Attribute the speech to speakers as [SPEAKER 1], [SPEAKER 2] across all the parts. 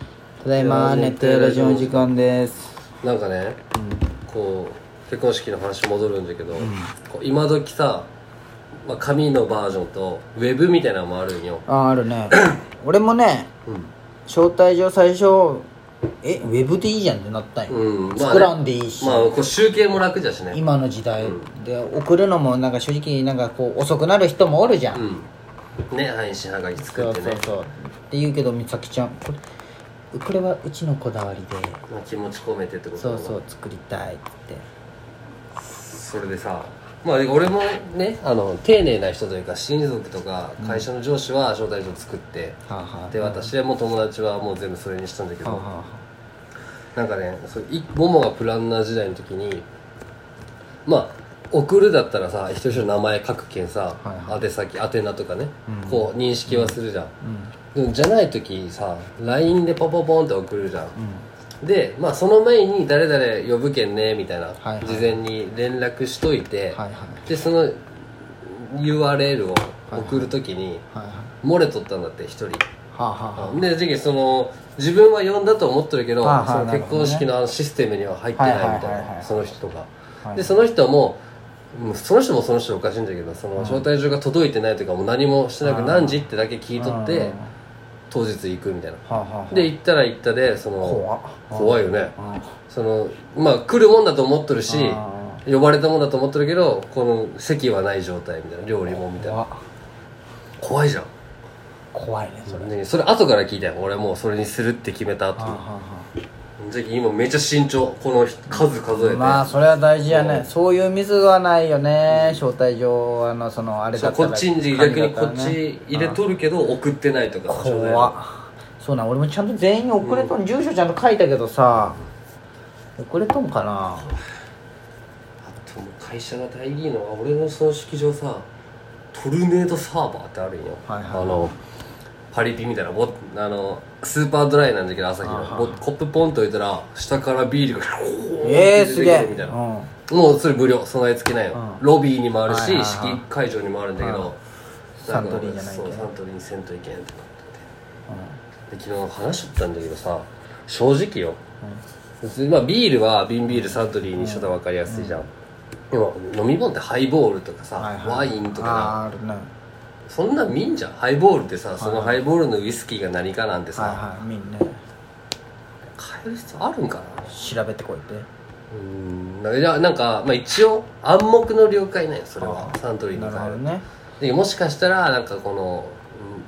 [SPEAKER 1] ただいまネットやラジオの時間です
[SPEAKER 2] なんかね、こう結婚式の話戻るんだけど、こう今時さ、まあ、紙のバージョンとウェブみたいなのもあるんよ
[SPEAKER 1] あーある ね俺もね
[SPEAKER 2] うん、
[SPEAKER 1] 招待状最初えウェブでいいじゃんってなったんよ、
[SPEAKER 2] うんまあね
[SPEAKER 1] 作らんでいいし、
[SPEAKER 2] まあこう集計も楽じゃしね
[SPEAKER 1] 今の時代で送るのもなんか正直なんかこう遅くなる人もおるじゃん、
[SPEAKER 2] うんね配信はがき作
[SPEAKER 1] そう
[SPEAKER 2] って
[SPEAKER 1] そ
[SPEAKER 2] ね
[SPEAKER 1] うそうって言うけど美咲ちゃんこれこれはうちのこだわりで
[SPEAKER 2] まあ、気持ち込めてってこと
[SPEAKER 1] そ
[SPEAKER 2] だ
[SPEAKER 1] う
[SPEAKER 2] な
[SPEAKER 1] そう作りたいって
[SPEAKER 2] それでさまあ俺もねあの丁寧な人というか親族とか会社の上司は招待状作って、
[SPEAKER 1] はあ、はあ、
[SPEAKER 2] で私はもう友達はもう全部それにしたんだけど、
[SPEAKER 1] はあ、はあは
[SPEAKER 2] なんかねそういモモがプランナー時代の時にまあ送るだったらさ一人一人名前書くけんさ、
[SPEAKER 1] はいは
[SPEAKER 2] 宛先宛名とかね、
[SPEAKER 1] うん
[SPEAKER 2] こう認識はするじゃん、
[SPEAKER 1] あうん
[SPEAKER 2] でもじゃない時さ LINE でポポポンって送るじゃん、
[SPEAKER 1] うん
[SPEAKER 2] で、まあ、その前に誰々呼ぶけんねみたいな、
[SPEAKER 1] はいはい
[SPEAKER 2] 事前に連絡しといて、
[SPEAKER 1] はいはい
[SPEAKER 2] でその URL を送る時に
[SPEAKER 1] はいはい
[SPEAKER 2] 漏れとったんだって一人、
[SPEAKER 1] はあはあはあ
[SPEAKER 2] で次その自分は呼んだと思ってるけど、
[SPEAKER 1] はいはい
[SPEAKER 2] その
[SPEAKER 1] なる
[SPEAKER 2] 結
[SPEAKER 1] ほど
[SPEAKER 2] 婚
[SPEAKER 1] ね
[SPEAKER 2] 式のあのシステムには入ってないみたいな、
[SPEAKER 1] はいはいはいはい
[SPEAKER 2] その人が、
[SPEAKER 1] はい
[SPEAKER 2] でその人ももうその人もその人おかしいんだけどその招待状が届いてないというかもう何もしてなく
[SPEAKER 1] うん
[SPEAKER 2] 何時ってだけ聞いとっ
[SPEAKER 1] うん
[SPEAKER 2] て
[SPEAKER 1] は
[SPEAKER 2] 当日行くみたいな
[SPEAKER 1] あ、はあ、
[SPEAKER 2] で行ったら行ったでその
[SPEAKER 1] 怖っ
[SPEAKER 2] 怖いよね
[SPEAKER 1] うん
[SPEAKER 2] そのまあ来るもんだと思っとるし
[SPEAKER 1] あ
[SPEAKER 2] 呼ばれたもんだと思ってるけどこの席はない状態みたいな料理もみたいな
[SPEAKER 1] 怖っ
[SPEAKER 2] 怖いじゃん
[SPEAKER 1] 怖いねそれ
[SPEAKER 2] ねそれ後から聞いたよ俺もうそれにするって決めた後
[SPEAKER 1] はあ
[SPEAKER 2] に
[SPEAKER 1] はあはあ
[SPEAKER 2] じゃあ今めっちゃ慎重この数数えて、
[SPEAKER 1] まあそれは大事や
[SPEAKER 2] う
[SPEAKER 1] ね
[SPEAKER 2] ん
[SPEAKER 1] そういうミスはないよね招待状あのそのあれ
[SPEAKER 2] そ
[SPEAKER 1] だ
[SPEAKER 2] う
[SPEAKER 1] った
[SPEAKER 2] こ
[SPEAKER 1] ら
[SPEAKER 2] っちに逆にこっち入れとるけど送ってないとかさ
[SPEAKER 1] 怖っそうなん俺もちゃんと全員に送れとん、住所ちゃんと書いたけどさ送れとんかな
[SPEAKER 2] あともう会社が大義のは俺のその式場さトルネードサーバーってあるんよ、
[SPEAKER 1] はいはい
[SPEAKER 2] あのパリピみたいなボあのスーパードライなんだけど朝日
[SPEAKER 1] はいは
[SPEAKER 2] の
[SPEAKER 1] い
[SPEAKER 2] ボコップポンと置いたら下からビールが
[SPEAKER 1] ええすげ
[SPEAKER 2] 出
[SPEAKER 1] え
[SPEAKER 2] てくるみたいな
[SPEAKER 1] うん
[SPEAKER 2] もうそれ無料備え付けないよ、
[SPEAKER 1] う
[SPEAKER 2] ロビーにもあるし、
[SPEAKER 1] はいはいはい
[SPEAKER 2] 式会場にもあるんだけど、
[SPEAKER 1] はい
[SPEAKER 2] な
[SPEAKER 1] サ
[SPEAKER 2] ん
[SPEAKER 1] ン
[SPEAKER 2] か
[SPEAKER 1] トリーじゃないけ
[SPEAKER 2] そう
[SPEAKER 1] ど
[SPEAKER 2] サントリーにせんといけんってなっててで昨日話しとったんだけどさ正直よ、別にまあビールは瓶ビールサントリーにしとったら分かりやすいじゃん、でも飲み物ってハイボールとかさ、
[SPEAKER 1] はいはい
[SPEAKER 2] ワインとか
[SPEAKER 1] あーあるね
[SPEAKER 2] なそんなん見んじゃんハイボールってさそのハイボールのウイスキーが何かなんてさ、
[SPEAKER 1] はいはいみんな
[SPEAKER 2] 買える必要あるんかな
[SPEAKER 1] 調べてこいって
[SPEAKER 2] うんなんかいやなんか、まあ、一応暗黙の了解なんよそれは
[SPEAKER 1] あー
[SPEAKER 2] サントリーに
[SPEAKER 1] なる
[SPEAKER 2] 変え
[SPEAKER 1] ほど
[SPEAKER 2] る
[SPEAKER 1] ね
[SPEAKER 2] でもしかしたらなんかこの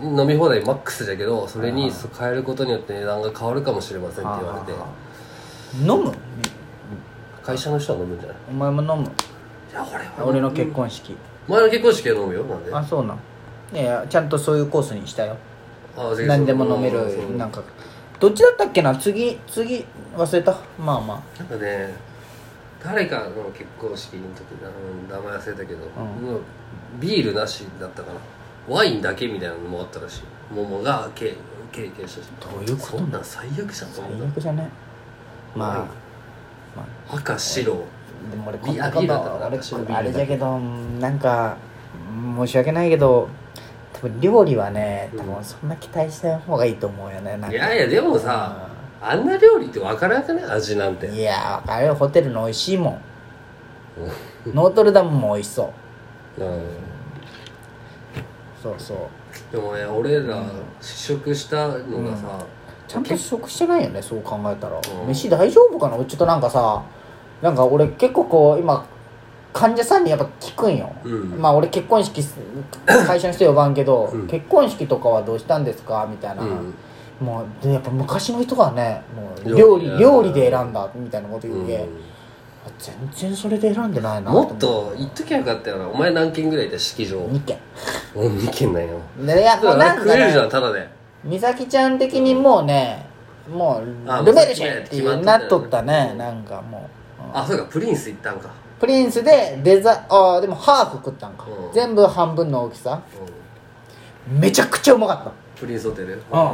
[SPEAKER 2] うん飲み放題マックスだけどそれ
[SPEAKER 1] は
[SPEAKER 2] に
[SPEAKER 1] いは
[SPEAKER 2] そう変えることによって値段が変わるかもしれませんって言われて
[SPEAKER 1] は飲む
[SPEAKER 2] 会社の人は飲むんじゃない
[SPEAKER 1] お前も飲む
[SPEAKER 2] いや俺は
[SPEAKER 1] 俺の結婚式
[SPEAKER 2] 前の結婚式は飲むよなんで
[SPEAKER 1] あそうなんいやいやちゃんとそういうコースにしたよ
[SPEAKER 2] あぜひ
[SPEAKER 1] 何でも飲め
[SPEAKER 2] そう
[SPEAKER 1] る
[SPEAKER 2] な
[SPEAKER 1] なんんかどっちだったっけな次次忘れたまあま
[SPEAKER 2] かね誰かの結婚式の時あの名前忘れたけど、
[SPEAKER 1] ん
[SPEAKER 2] もうビールなしだったかなワインだけみたいなのもあったらしい桃がけ経験したし
[SPEAKER 1] どういうこと
[SPEAKER 2] そんなん最悪じゃん
[SPEAKER 1] あ
[SPEAKER 2] と思
[SPEAKER 1] 最
[SPEAKER 2] っ
[SPEAKER 1] 悪じゃねま
[SPEAKER 2] た赤白
[SPEAKER 1] あでも俺こん
[SPEAKER 2] ビア
[SPEAKER 1] なこ
[SPEAKER 2] ビ
[SPEAKER 1] と
[SPEAKER 2] ールだったから
[SPEAKER 1] 俺
[SPEAKER 2] 白ビールだ
[SPEAKER 1] あれじゃけどなんか申し訳ないけど多分料理はね多分そんな期待しない方がいいと思うよねなんか
[SPEAKER 2] いやいやでもさあんな料理ってわからなくない味なんて
[SPEAKER 1] いやあれホテルの美味しいもんノートルダムも美味しそう
[SPEAKER 2] うん
[SPEAKER 1] そうそう
[SPEAKER 2] でもね俺ら試食したのがさ、
[SPEAKER 1] ちゃんと試食してないよねそう考えたら、
[SPEAKER 2] うん
[SPEAKER 1] 飯大丈夫かなちょっとなんかさなんか俺結構こう今患者さんにやっぱ聞くんよ、
[SPEAKER 2] うん
[SPEAKER 1] まあ俺結婚式す会社の人呼ばんけど、
[SPEAKER 2] うん
[SPEAKER 1] 結婚式とかはどうしたんですかみたいな、
[SPEAKER 2] うん
[SPEAKER 1] もうでやっぱ昔の人はねもう
[SPEAKER 2] 料
[SPEAKER 1] 料
[SPEAKER 2] 理
[SPEAKER 1] 理
[SPEAKER 2] ね
[SPEAKER 1] 料理で選んだみたいなこと
[SPEAKER 2] う
[SPEAKER 1] 言うんけ、あ全然それで選んでないな
[SPEAKER 2] もっと言っときゃよかったよなお前何軒ぐらいいた式場
[SPEAKER 1] 2件
[SPEAKER 2] 俺2軒なんよ
[SPEAKER 1] でいや
[SPEAKER 2] だか
[SPEAKER 1] もう
[SPEAKER 2] らあ
[SPEAKER 1] なん
[SPEAKER 2] れ食
[SPEAKER 1] か、
[SPEAKER 2] えるじゃ
[SPEAKER 1] ね、
[SPEAKER 2] んただで
[SPEAKER 1] 美咲ちゃん的にもうねもう
[SPEAKER 2] あ
[SPEAKER 1] ルメルシェってい
[SPEAKER 2] もう
[SPEAKER 1] う
[SPEAKER 2] 決ま
[SPEAKER 1] な
[SPEAKER 2] っとったよね
[SPEAKER 1] っとったねなんかもう、うん
[SPEAKER 2] あそうかプリンス行ったんか
[SPEAKER 1] プリンスでデザあーでもハーフ食ったんか、
[SPEAKER 2] うん
[SPEAKER 1] 全部半分の大きさ
[SPEAKER 2] うん
[SPEAKER 1] めちゃくちゃうまかった
[SPEAKER 2] プリンスホテル
[SPEAKER 1] あ
[SPEAKER 2] うん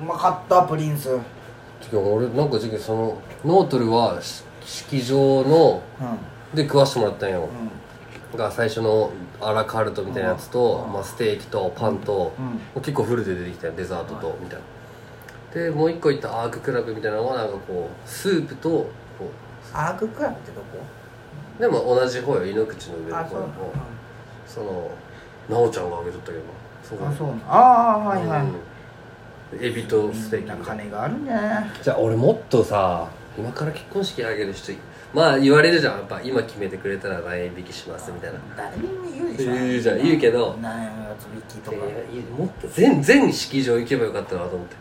[SPEAKER 1] うまかったプリンスうん
[SPEAKER 2] てか俺なんかじゃあそのノートルは式場ので食わしてもらったんよが最初のアラカルトみたいなやつと、まあ、ステーキとパンと、
[SPEAKER 1] うん
[SPEAKER 2] もう結構フルで出てきたよデザートと、みたいなでもう一個行ったアーククラブみたいなのはなんかこうスープとこ
[SPEAKER 1] アーククラブってどこ
[SPEAKER 2] うでも同じ方よ井の口の上の
[SPEAKER 1] あそ
[SPEAKER 2] 方
[SPEAKER 1] う
[SPEAKER 2] の方その奈緒ちゃんがあげとったけどなそう
[SPEAKER 1] あそうなああーはいはい、
[SPEAKER 2] うんエビとステーキ
[SPEAKER 1] みんな
[SPEAKER 2] みたいな
[SPEAKER 1] 金があるね
[SPEAKER 2] じゃあ俺もっとさ今から結婚式あげる人いまあ言われるじゃんやっぱ今決めてくれたら何円引きしますみたいな
[SPEAKER 1] 誰にも言うでしょ
[SPEAKER 2] 言うじゃん言うけど
[SPEAKER 1] 何円のつびきとか
[SPEAKER 2] いやいやもっと全全式場行けばよかったなと思って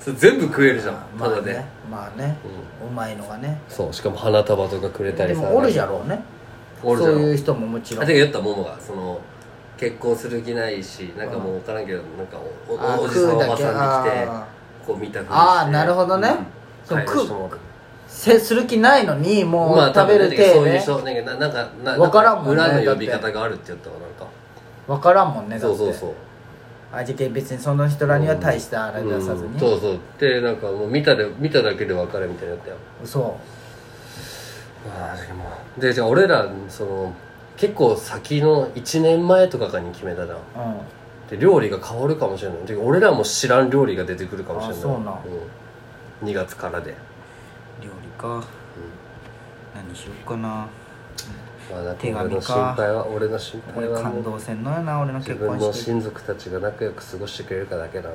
[SPEAKER 2] それ全部食えるじゃん
[SPEAKER 1] ま
[SPEAKER 2] た
[SPEAKER 1] あ
[SPEAKER 2] だで、
[SPEAKER 1] ねまあね
[SPEAKER 2] うん
[SPEAKER 1] うまいのがね
[SPEAKER 2] そうしかも花束とかくれたり
[SPEAKER 1] で
[SPEAKER 2] さ
[SPEAKER 1] もおるじゃろうね
[SPEAKER 2] おるじゃ
[SPEAKER 1] そうい
[SPEAKER 2] ん
[SPEAKER 1] う人ももちろ
[SPEAKER 2] あ
[SPEAKER 1] ん
[SPEAKER 2] てか言ったももがその結婚する気ないしなんかもう分からんけどなんかお
[SPEAKER 1] あ
[SPEAKER 2] おおじさんおばさんに来て
[SPEAKER 1] あ
[SPEAKER 2] こう見たふりして
[SPEAKER 1] あーなるほどねその
[SPEAKER 2] 帰る人も
[SPEAKER 1] せする気ないのにも
[SPEAKER 2] まあ
[SPEAKER 1] う
[SPEAKER 2] 食
[SPEAKER 1] 食
[SPEAKER 2] べ
[SPEAKER 1] べ
[SPEAKER 2] る
[SPEAKER 1] る
[SPEAKER 2] 程
[SPEAKER 1] 程
[SPEAKER 2] そういう
[SPEAKER 1] ね
[SPEAKER 2] 人なんかななんかな
[SPEAKER 1] わからんもんね
[SPEAKER 2] なん裏の呼び方があるって言ったわなんか
[SPEAKER 1] 分からんもんねだって
[SPEAKER 2] そうそうそう
[SPEAKER 1] あじゃけ別にその人らには大したあれ出さず
[SPEAKER 2] うん
[SPEAKER 1] に
[SPEAKER 2] そうそうでなんかもう見たで見ただけで分かるみたいになったよ
[SPEAKER 1] そ
[SPEAKER 2] あーでもでじゃあ俺らその結構先の1年前とかかに決めたじゃん
[SPEAKER 1] ううん
[SPEAKER 2] で料理が変わるかもしれないで俺らも知らん料理が出てくるかもしれない
[SPEAKER 1] あそうなん
[SPEAKER 2] ん、2月からで、
[SPEAKER 1] 料理か何しようかな
[SPEAKER 2] まあ、なんか
[SPEAKER 1] 手
[SPEAKER 2] 俺
[SPEAKER 1] 紙
[SPEAKER 2] の心
[SPEAKER 1] か
[SPEAKER 2] 配は俺の心
[SPEAKER 1] こ
[SPEAKER 2] 配
[SPEAKER 1] れ
[SPEAKER 2] はも
[SPEAKER 1] 感
[SPEAKER 2] う
[SPEAKER 1] 動せんのやな俺の
[SPEAKER 2] 自
[SPEAKER 1] 結
[SPEAKER 2] 分
[SPEAKER 1] 婚
[SPEAKER 2] の
[SPEAKER 1] 式
[SPEAKER 2] 親族たちが仲良く過ごしてくれるかだけだな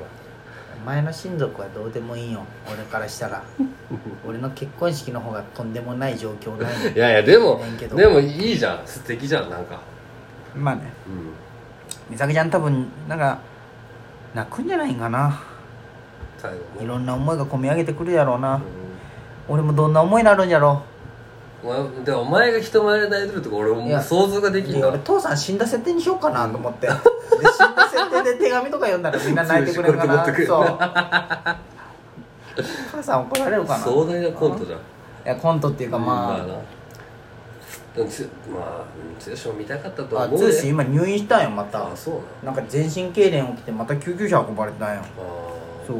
[SPEAKER 1] お前の親族はどうでもいいよ俺からした ら俺の結婚式の方がとんでもない状況ないの
[SPEAKER 2] いやいやでも
[SPEAKER 1] ええけど
[SPEAKER 2] でもいいじゃん素敵じゃんなんか
[SPEAKER 1] まあね
[SPEAKER 2] うん
[SPEAKER 1] 美咲ちゃん多分なんか泣くんじゃないんかな
[SPEAKER 2] 最後
[SPEAKER 1] い
[SPEAKER 2] ね
[SPEAKER 1] ろんな思いが込み上げてくるやろうな、
[SPEAKER 2] う
[SPEAKER 1] 俺もどんな思いになるんやろ
[SPEAKER 2] んお前でもお前が人前で泣いてるとこ俺
[SPEAKER 1] い
[SPEAKER 2] もう
[SPEAKER 1] や
[SPEAKER 2] 想像ができん
[SPEAKER 1] で
[SPEAKER 2] な
[SPEAKER 1] 俺父さん死んだ設定にしようかなと思 って、で死んだ設定で手紙とか読んだらみんな泣いてくれるかな
[SPEAKER 2] こ
[SPEAKER 1] そ
[SPEAKER 2] れ持ってく
[SPEAKER 1] う
[SPEAKER 2] るな
[SPEAKER 1] 母さん怒られるかな
[SPEAKER 2] 壮大なコントじゃん
[SPEAKER 1] いやコントっていうかまあ、
[SPEAKER 2] なでもつまあ剛も見たかったと
[SPEAKER 1] あ
[SPEAKER 2] は
[SPEAKER 1] 剛
[SPEAKER 2] 思うね
[SPEAKER 1] 今入院したんよまた
[SPEAKER 2] あそうなの
[SPEAKER 1] なんか全身痙攣起きてまた救急車運ばれてたんよ
[SPEAKER 2] あー
[SPEAKER 1] そう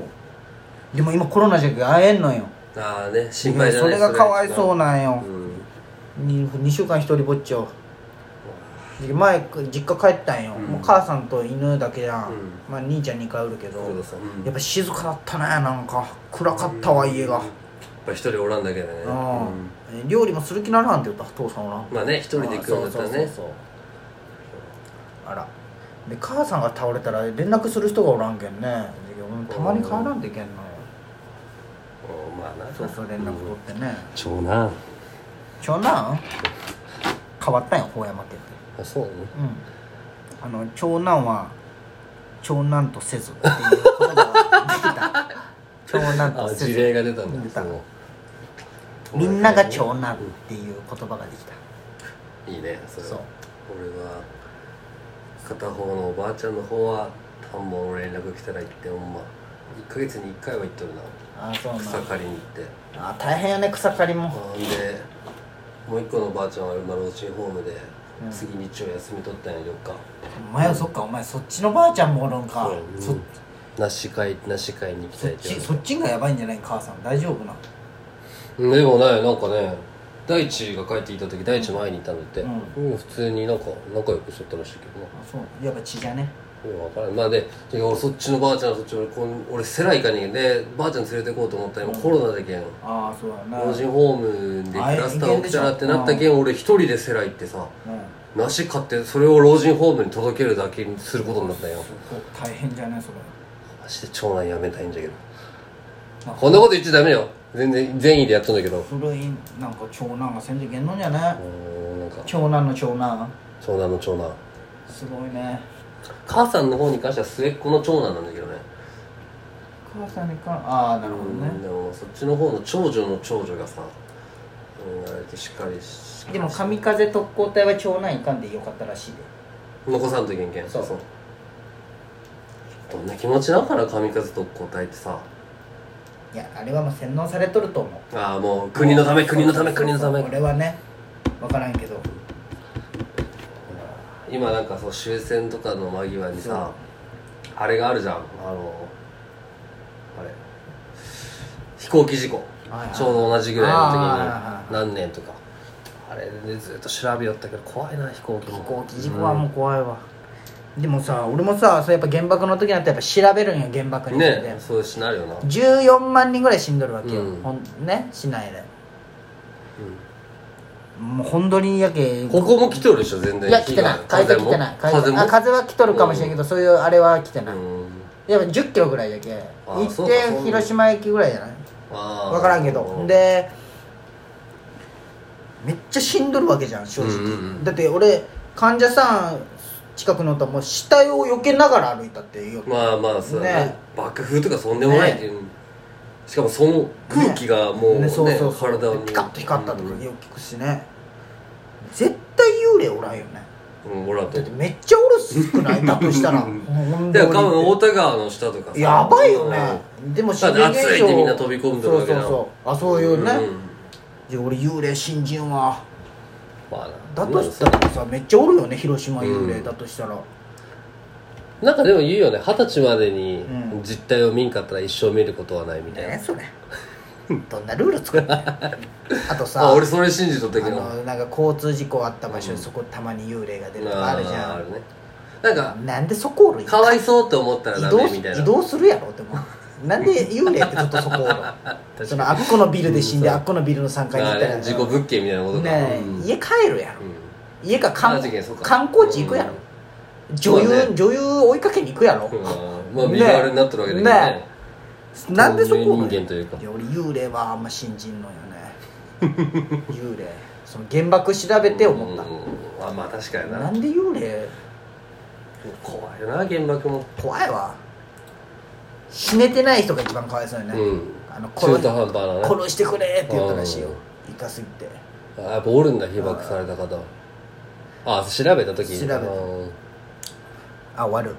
[SPEAKER 1] でも今コロナじゃけ会えんのよ
[SPEAKER 2] ああね心配じゃない
[SPEAKER 1] それがかわいそうなんよ
[SPEAKER 2] う、ん
[SPEAKER 1] に 2, 週間一人ぼっちよで前実家帰ったんよ、
[SPEAKER 2] うん
[SPEAKER 1] もう母さんと犬だけじゃん、
[SPEAKER 2] うん
[SPEAKER 1] まあ兄ちゃん2回おるけど
[SPEAKER 2] そうだそううん
[SPEAKER 1] やっぱ静かだったねなんか暗かったわ家が
[SPEAKER 2] やっぱ一人おらんだけでね
[SPEAKER 1] うん、え料理もする気ならんって言った父さんおらん
[SPEAKER 2] まあね一人で行くんだったら
[SPEAKER 1] あそうそう
[SPEAKER 2] ね
[SPEAKER 1] そうそうあらで母さんが倒れたら連絡する人がおらんけんねで俺もたまに帰らんといけんのよ
[SPEAKER 2] うんまあな
[SPEAKER 1] そうそう連絡取ってね
[SPEAKER 2] 長男
[SPEAKER 1] 長男変わったんよ高山家って
[SPEAKER 2] あそうなの
[SPEAKER 1] うんあの長男は長男とせずっていう言葉が 出てた長男と
[SPEAKER 2] あ
[SPEAKER 1] せ
[SPEAKER 2] 事
[SPEAKER 1] ず
[SPEAKER 2] 例が出たん
[SPEAKER 1] 出
[SPEAKER 2] だ
[SPEAKER 1] た
[SPEAKER 2] その
[SPEAKER 1] みんなが長男っていう言葉ができた
[SPEAKER 2] いいねそれ
[SPEAKER 1] そう
[SPEAKER 2] は俺は片方のおばあちゃんの方は田んぼの連絡来たら行ってほんま1ヶ月に1回は行っとるな
[SPEAKER 1] あそうなん
[SPEAKER 2] 草刈りに行って
[SPEAKER 1] あ大変やね草刈りも
[SPEAKER 2] ほんでもう一個のおばあちゃんは今老人ホームで
[SPEAKER 1] うん
[SPEAKER 2] 次日曜休み取ったんや4日
[SPEAKER 1] お前はそっかお前そっちのばあちゃんもおるんか
[SPEAKER 2] うん
[SPEAKER 1] そ
[SPEAKER 2] 梨会梨会に行きた
[SPEAKER 1] そ
[SPEAKER 2] い
[SPEAKER 1] っ
[SPEAKER 2] って
[SPEAKER 1] ち
[SPEAKER 2] 言われて
[SPEAKER 1] そっちがやばいんじゃない母さん大丈夫な
[SPEAKER 2] うんでもねなんかね大地が帰ってきた時大地前にいたのって、
[SPEAKER 1] う
[SPEAKER 2] うん普通になんか仲良くしとったらしいけどな
[SPEAKER 1] あそうやっぱ血じゃね
[SPEAKER 2] うん分からんまあでてか俺そっちのばあちゃんそっち俺こん俺世良いかにでばあちゃん連れて行こうと思ったら今コロナでけん
[SPEAKER 1] ああそうやな
[SPEAKER 2] 老人ホームでクラスター起きたなってなったけん俺一人で世良行ってさ
[SPEAKER 1] うん
[SPEAKER 2] 梨買ってそれを老人ホームに届けるだけにすることになったんよ
[SPEAKER 1] すごい大変じゃねそれ
[SPEAKER 2] マジで長男やめたいんじゃけど
[SPEAKER 1] まあ
[SPEAKER 2] こんなこと言っちゃダメよ全然善意でやっとんだけど
[SPEAKER 1] 古いなんか長男がせんといけんのじゃね
[SPEAKER 2] うんなんか
[SPEAKER 1] 長男の長男
[SPEAKER 2] 長男の長男
[SPEAKER 1] すごいね
[SPEAKER 2] 母さんの方に関しては末っ子の長男なんだけどね
[SPEAKER 1] 母さんにかああなるほど
[SPEAKER 2] うん
[SPEAKER 1] ね
[SPEAKER 2] でもそっちの方の長女の長女がさうんあれてしっかりし
[SPEAKER 1] でも神風特攻隊は長男いかんでよかったらしいで
[SPEAKER 2] 残さんといけんけん
[SPEAKER 1] そう
[SPEAKER 2] どんな気持ちなんかな神風特攻隊ってさ
[SPEAKER 1] いやあれはもう洗脳されとると思う
[SPEAKER 2] ああもう国のため国のため国のため
[SPEAKER 1] 俺はね分からんけど
[SPEAKER 2] 今なんかそう終戦とかの間際にさあれがあるじゃんあのあれ飛行機事故
[SPEAKER 1] はいはい
[SPEAKER 2] ちょうど同じぐらいの
[SPEAKER 1] あーはいはいは
[SPEAKER 2] 時に何年とかああれでずっと調べよったけど怖いな飛行機も
[SPEAKER 1] 飛行機事故はもう怖いわ、でもさ俺もさそうやっぱ原爆の時なんてやっぱ調べるんよ原爆について、
[SPEAKER 2] ねそういうしなるよな、うん、
[SPEAKER 1] 14万人ぐらい死んどるわけよ、
[SPEAKER 2] うん
[SPEAKER 1] ほんね市内でもう本当にやけ
[SPEAKER 2] ここも来てるでしょ全然
[SPEAKER 1] いや来てない
[SPEAKER 2] 被害
[SPEAKER 1] 風来てない
[SPEAKER 2] 風も
[SPEAKER 1] あ風は来とるかもしれんけど、そういうあれは来てない、
[SPEAKER 2] うん
[SPEAKER 1] やっぱ1 0キロぐらいやけ
[SPEAKER 2] あ
[SPEAKER 1] 行
[SPEAKER 2] そ
[SPEAKER 1] っ
[SPEAKER 2] うかそう
[SPEAKER 1] て
[SPEAKER 2] か
[SPEAKER 1] 広島駅ぐらいじゃない
[SPEAKER 2] あー
[SPEAKER 1] 分からんけ
[SPEAKER 2] う
[SPEAKER 1] どでめっちゃしんどるわけじゃん正直、
[SPEAKER 2] うんうんうん
[SPEAKER 1] だって俺患者さん近くのともう死体を避けながら歩いたっていうよ、
[SPEAKER 2] まあまあそうだね
[SPEAKER 1] ね
[SPEAKER 2] 爆風とかそんでもないっていう、しかもその空気がもうね
[SPEAKER 1] ねそうそうそう
[SPEAKER 2] 体に
[SPEAKER 1] ピカッと光ったとか
[SPEAKER 2] うん
[SPEAKER 1] よく聞くしね、絶対幽霊おらんよね
[SPEAKER 2] うん俺らと
[SPEAKER 1] だってめっちゃおるすくないだとしたら
[SPEAKER 2] うん
[SPEAKER 1] 本
[SPEAKER 2] で
[SPEAKER 1] 当に
[SPEAKER 2] 多分大田川の下とかさ
[SPEAKER 1] やばいよね、でも
[SPEAKER 2] だって暑いってみんな飛び込んでるわけ
[SPEAKER 1] そ
[SPEAKER 2] だ
[SPEAKER 1] うそうそうあそういうね、
[SPEAKER 2] ん
[SPEAKER 1] じゃあ俺幽霊信じんわ
[SPEAKER 2] まあな
[SPEAKER 1] だとしたらさめっちゃおるよね広島幽霊だとしたら、
[SPEAKER 2] なんかでも言うよね二十歳までに
[SPEAKER 1] うん
[SPEAKER 2] 実態を見んかったら一生見ることはないみたいな、
[SPEAKER 1] ねそれ どんなルール作ってんのあとさ
[SPEAKER 2] あ俺それ信じとった
[SPEAKER 1] あ
[SPEAKER 2] けどあ
[SPEAKER 1] のなんか交通事故あった場所、
[SPEAKER 2] うん
[SPEAKER 1] そこたまに幽霊が出るとかあるじ
[SPEAKER 2] ー
[SPEAKER 1] ゃん
[SPEAKER 2] あるねなんか
[SPEAKER 1] なんでそこおるん
[SPEAKER 2] かわいそうって思ったら
[SPEAKER 1] 移
[SPEAKER 2] ダ
[SPEAKER 1] 動
[SPEAKER 2] メ
[SPEAKER 1] す
[SPEAKER 2] みたいな
[SPEAKER 1] 移動するやろって思うなんで幽霊ってちょっとそこおるの
[SPEAKER 2] 確
[SPEAKER 1] そ
[SPEAKER 2] かに
[SPEAKER 1] のあっこのビルで死んで、
[SPEAKER 2] うん
[SPEAKER 1] あっこのビルの3階に行った
[SPEAKER 2] あ
[SPEAKER 1] ら
[SPEAKER 2] れ事故物件みたいなことか、
[SPEAKER 1] ねえ、
[SPEAKER 2] うん
[SPEAKER 1] 家帰るやろ家か観
[SPEAKER 2] あ事件そうか
[SPEAKER 1] 観光地行くやろ、女優、
[SPEAKER 2] そうね
[SPEAKER 1] 女優追いかけに行くやろ
[SPEAKER 2] うん、うんまあ身軽になってるわけだけどね
[SPEAKER 1] ねなんでそこおる
[SPEAKER 2] 人
[SPEAKER 1] ん
[SPEAKER 2] 間というか
[SPEAKER 1] いや俺幽霊はあんま信じんのよね 幽霊その原爆調べて思った、
[SPEAKER 2] たあまあ確かに
[SPEAKER 1] な
[SPEAKER 2] なん
[SPEAKER 1] で幽霊
[SPEAKER 2] 怖いよな原爆も
[SPEAKER 1] 怖いわ死ねてない人が一番かわいそうよね、
[SPEAKER 2] うん
[SPEAKER 1] あの殺
[SPEAKER 2] 中
[SPEAKER 1] し
[SPEAKER 2] 途半端なね
[SPEAKER 1] 殺してくれって言ったらしいよ
[SPEAKER 2] うん
[SPEAKER 1] 痛すぎて
[SPEAKER 2] あやっぱおるんだ被爆された方あ調べた時
[SPEAKER 1] 調べた
[SPEAKER 2] あの
[SPEAKER 1] あ終わる